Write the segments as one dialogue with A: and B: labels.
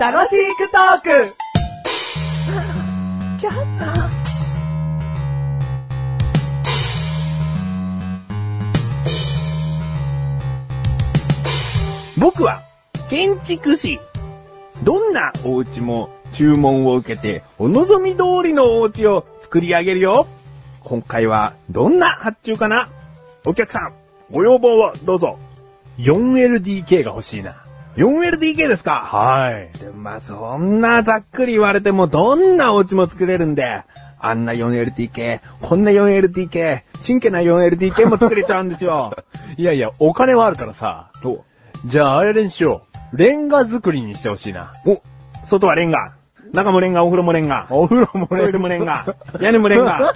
A: 楽しくトーク
B: 僕は建築士。どんなお家も注文を受けてお望み通りのお家を作り上げるよ。今回はどんな発注かなお客さん、ご要望をどうぞ。4LDK が欲しいな。4LDK ですか
C: はい。
B: でまあそんなざっくり言われてもどんなお家も作れるんで、あんな 4LDK、こんな 4LDK、ちんけな 4LDK も作れちゃうんですよ。
C: いやいや、お金はあるからさ。
B: お、
C: じゃあ、あれにしよう。レンガ作りにしてほしいな。
B: お、外はレンガ。中もレンガ、お風呂もレンガ。
C: お風呂も
B: トイレもレンガ、屋根もレン ガ、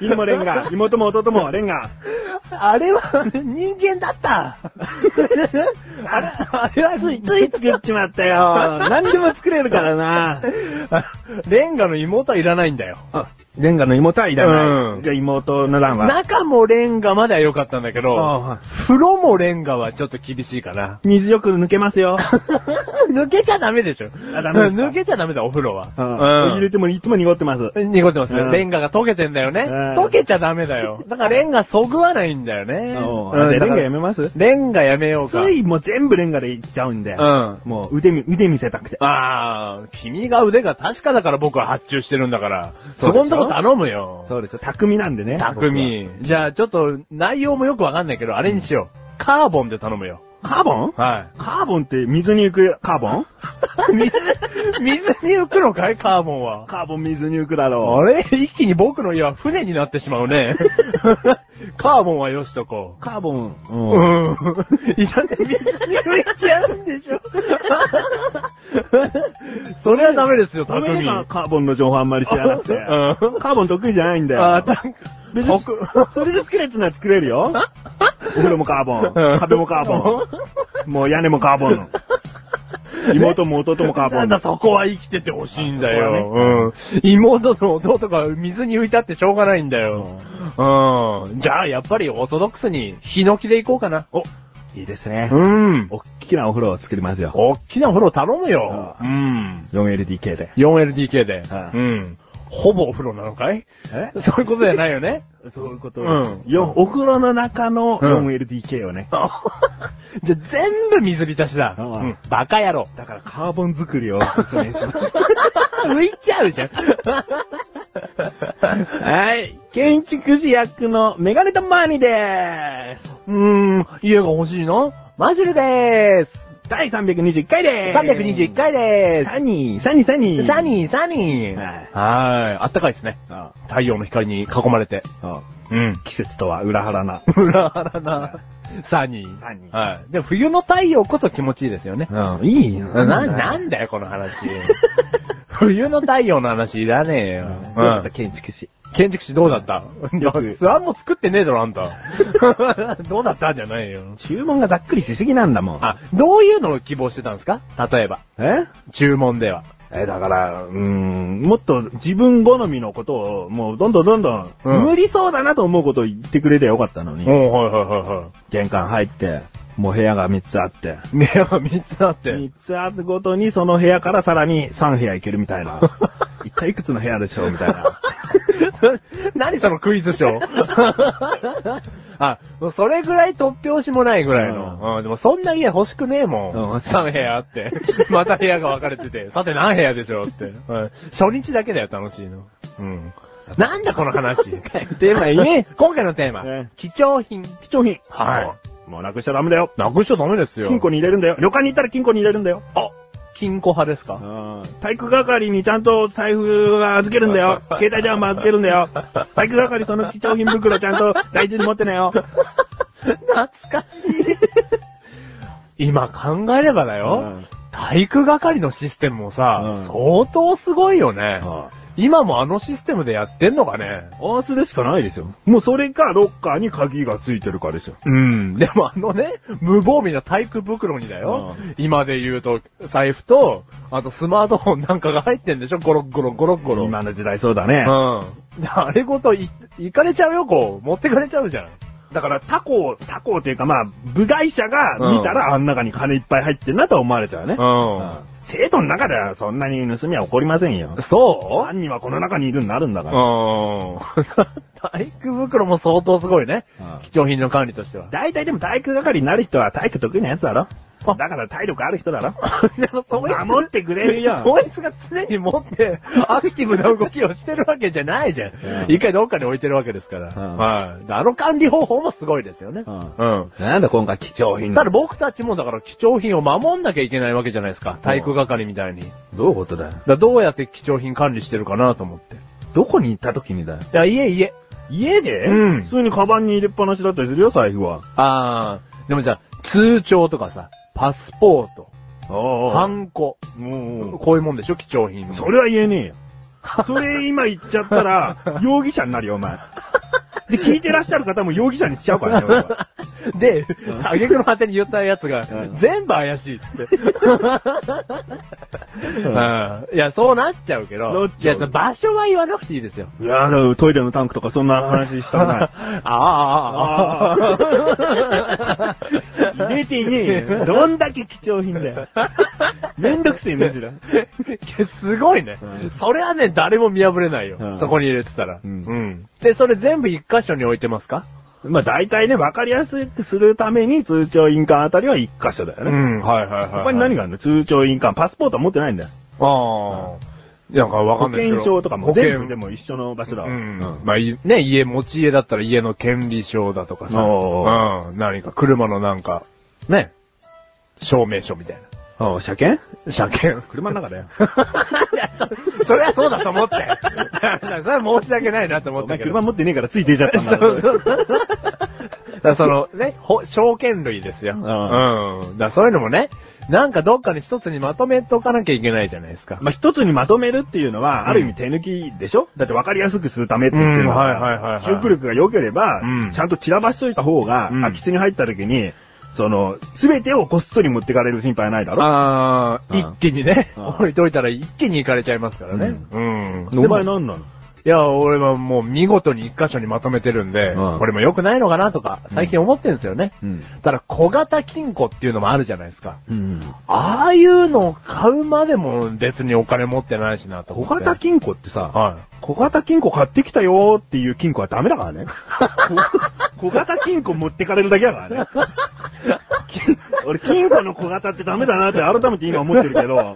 B: 犬もレンガ、妹も弟もレンガ。
C: あれは 人間だ った。
B: あれ、あれはついつい作っちまったよ。何でも作れるからな。
C: レンガの妹はいらないんだよ。
B: あ、レンガの妹はいらない。
C: うん
B: じゃあ妹の欄は。
C: 中もレンガまでは良かったんだけ
B: あ
C: ど
B: はい、。
C: 風呂もレンガはちょっと厳しいかな
B: 水よく抜けます よ。
C: 抜けちゃダメでしょ。
B: あダメですか
C: 抜けちゃダメだ、お風呂は。
B: うんお湯入れてもいつも濁ってます。
C: 濁ってますね
B: うん
C: レンガが溶けてんだよね。
B: うん
C: 溶けちゃダメだよ。だからレンガそぐわないんだよね。
B: うんあじゃあレンガやめます
C: レンガやめようか。
B: ついもう全部レンガでいっちゃうんで
C: う。ん。
B: もう腕み、腕見せたくて。
C: ああ、君が腕が確かだから僕は発注してるんだから。
B: そうでしょ
C: そこんとこ頼むよ。
B: そうですよ。匠なんでね。
C: 匠。じゃあちょっと内容もよくわかんないけど、あれにしよう。カーボンで頼むよ。
B: 僕は。カーボン
C: は
B: カーボンって水に浮くカーボン
C: い。水、水に浮くのかいカーボンは。
B: カーボン水に浮くだろ
C: あれ一気に僕の家は船になってしま うね。カーボンはよしとこ
B: う。カーボン。
C: う。
B: うん
C: うん。いらね、水に浮いちゃうんでしょ。それはダメですよ、
B: ダメ
C: 匠。
B: だカーボンの情報あんまり知らなくて。
C: うん
B: カーボン得意じゃないんだ
C: あ
B: よ。
C: ー、なんか、
B: 別に
C: 僕、
B: それで作れるやつなら作れる よ。お風呂もカーボ
C: う
B: ン、
C: ん
B: 壁もカーボン、もう屋根もカーボン。妹も弟もカーボ
C: なん
B: ン。
C: だそこは生きててほしいんだ
B: あそこ
C: よ。うん。妹の弟が水に浮いたってしょうがないんだよ。うん。じゃあやっぱりオーソドックスに、ヒノキで行こうかな。
B: いいですね。
C: ん。
B: おっきなお風呂を作りますよ。
C: おっきなお風呂頼むよ。
B: う
C: うん。
B: 4LDK で。
C: 4LDK で。
B: う
C: うん。ほぼお風呂なのかい
B: え
C: そういうことじゃないよね。
B: そういうこと。
C: うん
B: よお風呂の中の
C: うん
B: 4LDK をね。
C: じゃあ全部水浸しだ。
B: ああ
C: うん。バカ野郎。
B: だからカーボン作りをお勧めします。
C: 浮いちゃうじゃん。
B: はい。建築士役のメガネとマーニーでーす。
C: うーん。家が欲しいな。マジュルでーす。
B: 第321回でーす。
C: 321回でーす
B: サ。ニー、サニー、サニー。
C: サニー、サニー。
B: はい
C: はい。あったかいですね。
B: あ
C: 太陽の光に囲まれて。
B: あ
C: うん。
B: 季節とは裏腹な。
C: 裏腹な、サニー。
B: サニー
C: はい。で、冬の太陽こそ気持ちいいですよね。
B: うん、いい
C: な、
B: な
C: なんだよ、この話。 冬の太陽の話いらねえよ。
B: どう
C: う
B: だった
C: ん。
B: 建築士。
C: 建築士どうだった
B: よく
C: ツアーも作ってねえだろ、あんた。 どうだったじゃないよ。
B: 注文がざっくりしすぎなんだもん。
C: あ、どういうのを希望してたんですか例えば。
B: え
C: 注文では。
B: え、だから、うーん、もっと自分好みのことを、もうどんどんどんどん、
C: うん
B: 無理そうだなと思うことを言ってくれりゃよかったのに。
C: ん、はいはいはいは
B: 玄関入って、もう部屋が3つあって。
C: い。目は3つあって。
B: 3つあるごとに、その部屋からさらに3部屋行けるみた いな。一体いくつの部屋でしょうみたいな。
C: 何そのクイズシ ョーあ、それぐらい突拍子もないぐらいの。うん、でもそんな家欲しくねえもん。
B: うん
C: 3部屋あって。 また部屋が分かれてて。さて何部屋でしょうって、うん。初日だけだよ、楽しいの。うん。なんだこの話。
B: テーマいいね。
C: 今回のテーマ、
B: ね
C: 貴重品。
B: 貴重品。
C: は
B: もうなくしちゃダメだよ。
C: なくしちゃダメですよ
B: 金庫に入れるんだよ。旅館に行ったら金庫に入れるんだよ。
C: あ、金庫派ですか、
B: 体育係にちゃんと財布は預けるんだよ。携帯電話も預けるんだよ。体育係その貴重品袋ちゃんと大事に持ってなよ。
C: 懐かしい。 今考えればだよ、
B: うん
C: 体育係のシステムもさ、
B: うん
C: 相当すごいよね、今もあのシステムでやってんのかね
B: ああするしかないですよ。もうそれかロッカーに鍵がついてるかですよ。
C: うん。でもあのね、無防備な体育袋にだよ。今で言うと、財布と、あとスマートフォンなんかが入ってんでしょゴロッゴロッゴロッゴロ。
B: 今の時代そうだね。
C: うん。であれごとい、いかれちゃうよ、こう。持ってかれちゃうじゃん。
B: だから他校、他校というかまあ、部外者が見たら、あん中に金いっぱい入ってんなとは思われちゃうね。うん
C: う
B: 生徒の中ではそんなに盗みは起こりませんよ
C: ん。。そう
B: 犯人はこの中にいるになるんだから。
C: うん。体育袋も相当すごいね。
B: うん
C: 貴重品の管理としては。
B: 大体でも体育係になる人は体育得意なやつだろ。
C: あ
B: だから体力ある人だろ。
C: でもそいつ
B: 守ってくれる よ。
C: そいつが常に持って、アクティブな動きをしてるわけじゃないじゃん。
B: うん
C: 一回どっかに置いてるわけですから。
B: うん
C: はい。あの管理方法もすごいですよね。うん。
B: なんだ今回貴重品
C: ただ僕たちもだから貴重品を守んなきゃいけないわけじゃないですか。体育係みたいに。だか
B: どういうことだよ。
C: らどうやって貴重品管理してるかなと思って。い
B: どこに行った時にだよ。
C: や、いえいえ。
B: 家で
C: うん
B: 普通にカバンに入れっぱなしだったりするよ、財布は。
C: あー、でもじゃあ、通帳とかさ、パスポート、ハ
B: あ
C: ンコ、
B: あ。も
C: こういうもんでしょ、貴重品
B: う、
C: の。
B: それは言えねえよ。それ今言っちゃったら、容疑者になるよ、お前。で、聞いてらっしゃる方も容疑者にしちゃうからね、俺は。
C: で
B: う、ん
C: あげくの果てに言ったやつが
B: う、ん
C: 全部怪しいっつって。うんいや、そうなっちゃうけど。
B: なっちゃう
C: いや、その場所は言わなくていいですよ。
B: いやだ、トイレのタンクとかそんな話したくない。
C: ああ、ああ、
B: 入れてねえよ。どんだけ貴重品だよ。めんどくせえ、むしろ。
C: いやすごいね
B: うん。
C: それはね、誰も見破れないうよ。
B: ん
C: そこに入れてたら。
B: うん
C: うんで、それ全部一箇所に置いてますか
B: まあ大体ね、わかりやすくするために通帳印鑑あたりは一箇所だよね。
C: ん、はいはいはいはい
B: 他に何があるの通帳印鑑、パスポートは持ってないんだよ。
C: ああ。なんかわか
B: 保
C: んないです
B: 険証
C: けど。
B: とかも
C: 保険
B: 全部でも一緒の場所だわ。
C: うん
B: うん。
C: まあ、いね、家、持ち家だったら家の権利証だとかさ、
B: お
C: うん、何か車のなんか、ね、証明書みたい
B: ああ、車検
C: な。車検。
B: 車の中だよ。
C: それは そうだと思って。それは申し訳ないなと思
B: お
C: った
B: 前
C: けど。
B: 車持ってねえからつい出ちゃったんだ
C: そ
B: ろ。
C: うそうそう。 だからそのね、ほ証券類ですよ。
B: う
C: うんん。だからそういうのもね、なんかどっかに一つにまとめとかなきゃいけないじゃないですか。
B: まあ一つにまとめるっていうのは、ある意味手抜きでしょだってわかりやすくするためって言ってるか
C: うんはいはいはいは
B: ら、
C: い
B: 記憶力が良ければ
C: うん、
B: ちゃんと散らばしといた方が、
C: うん
B: 空き地に入った時に、その、すべてをこっそり持ってかれる心配はないだろ
C: ああ、
B: うん
C: 一気にね、
B: うん
C: 置いといたら一気に行かれちゃいますからね。うん。
B: お前何なの
C: いや、俺はもう見事に一箇所にまとめてるんで、
B: うん
C: これも良くないのかなとか、最近思ってるんですよね。
B: うん。
C: ただ、小型金庫っていうのもあるじゃないですか。
B: うん。
C: ああいうのを買うまでも別にお金持ってないしなと
B: 小
C: 思って。
B: 型金庫ってさ、
C: は
B: 小型金庫買ってきたよーっていう金庫はダメだから ね。こ小型金庫持ってかれるだけだからね。金俺、金庫の小型ってダメだなって改めて今思ってるけど、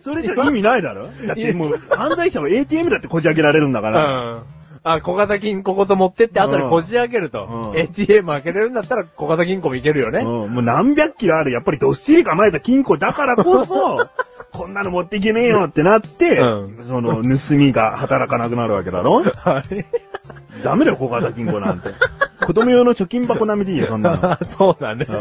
C: い。
B: それじゃ意味ないだろだってもう、犯罪者は ATM だってこじ開けられるんだか
C: う
B: ら。
C: ん。あ、小型金庫ごと持ってって、後でこじ開ける
B: う。
C: と
B: ん
C: ATM 開けれるんだったら小型金庫もいけるよね。
B: うんもう何百キロある、やっぱりどっしり構えた金庫だからこそ、 こんなの持っていけねえよってなって、
C: う
B: その、盗みが働かなくなるわけだろ
C: はい。
B: ダメだよ、小型金庫なんて。子供用の貯金箱並みでいいよ、そんなの。
C: そうだね。
B: う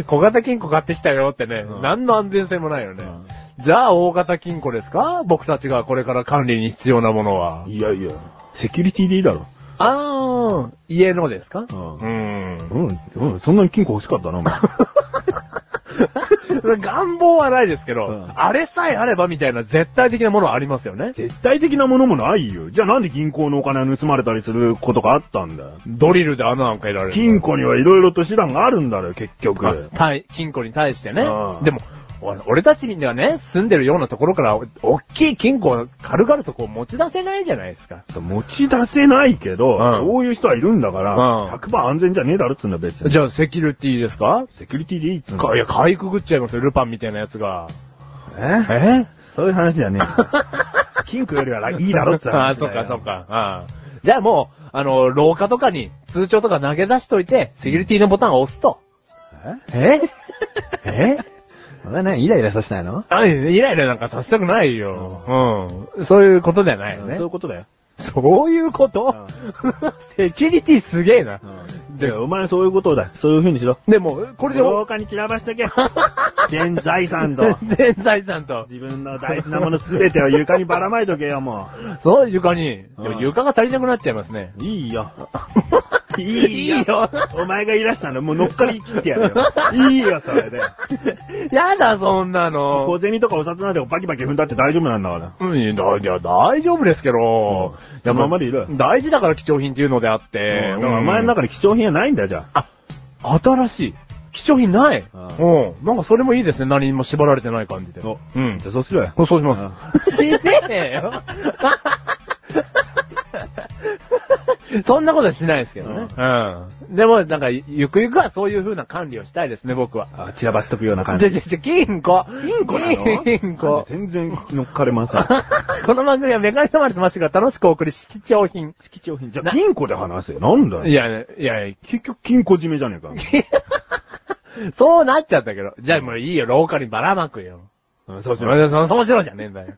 B: ん
C: 小型金庫買ってきたよってね、
B: うん
C: 何の安全性もないよね。
B: うん
C: じゃあ、大型金庫ですか僕たちがこれから管理に必要なものは。
B: いやいや、セキュリティでいいだろ。
C: あー、家のですか
B: うん
C: ん。
B: うん、うん、そんなに金庫欲しかったな、お前。
C: 願望はないですけど、
B: うん
C: あれさえあればみたいな絶対的なものはありますよね。
B: 絶対的なものもないよ。じゃあなんで銀行のお金が盗まれたりすることがあったんだよ。
C: ドリルで穴なんか入れられる。
B: 金庫にはいろいろと手段があるんだろ、結局。
C: あ対、金庫に対してね
B: う。ん
C: でも、お俺たちにはね、住んでるようなところから、お大きい金庫を軽々とこう持ち出せないじゃないですか。
B: 持ち出せないけど、
C: うん
B: そういう人はいるんだから、
C: うん
B: 100%安全じゃねえだろっつうんだ、別に。
C: じゃあ、セキュリティですか
B: セキュリティでいいっつうんだ。
C: かいや、かいくぐっちゃいますよ、ルパンみたいなやつが。
B: え
C: え
B: そういう話じゃねえよ。 金庫よりはいいだろっつう
C: ああ、
B: 話
C: そ
B: だ
C: っ
B: よ
C: かそっか。ああじゃあもう、あの、廊下とかに通帳とか投げ出しといて、セキュリティのボタンを押すと。え え
B: えお前何イライラさせないの
C: あ、イライラなんかさせたくないよ。うん。そういうことじゃないよ
B: そう
C: ね
B: い。うことだよ。
C: そういうこと、 セキュリティすげえな。
B: じゃあ、お前そういうことだ。そういう風にしろ。
C: でも、これで
B: 廊下に散らばしとけ。 全財産と。
C: 全財産と。
B: 自分の大事なものすべてを床にばらまいとけよ、も
C: そう、床に。で
B: うん
C: も床が足りなくなっちゃいますね。
B: う。いいよ。 いいよ。
C: いいよ
B: お前がいらしたらもう乗っかり切ってやるよ。いいよ、それで。
C: やだ、そんな
B: 小
C: の。
B: 銭とかお札なんてバキバキ踏んだって大丈夫なんだから。
C: うん、いや、だいや大丈夫ですけど。
B: じゃあ、ままでいる。
C: 大事だから貴重品っていうのであって。
B: だからお前の中で貴重品はないんだよ、じゃ
C: 新しい。貴重品ない。
B: ああ
C: うん。なんかそれもいいですね。何にも縛られてない感じで。
B: あ。お
C: うん
B: じ。ゃあそうしろよ。
C: そうします。しねえよ。 そんなことはしないですけどね。うん。でも、なんか、ゆくゆくはそういう風な管理をしたいですね、僕は。
B: あ、散らばしとくような感
C: じゃ
B: じ。
C: じゃじゃ、金庫。金
B: なの
C: 金庫。
B: 全然乗っかれませ ん。
C: この番組はメガネたまりとマッシュが楽しくお送り、敷地用品。
B: 貴重品。じゃあ、金庫で話せよ。なんだ
C: い
B: よ。
C: や、いや、いや
B: 結局金庫締めじゃねえか。
C: そうなっちゃったけど。じゃあもういいよ、廊下にばらまくよ。
B: うんそうし
C: そ
B: ろ。
C: そ、そもちろんじゃねえんだよ。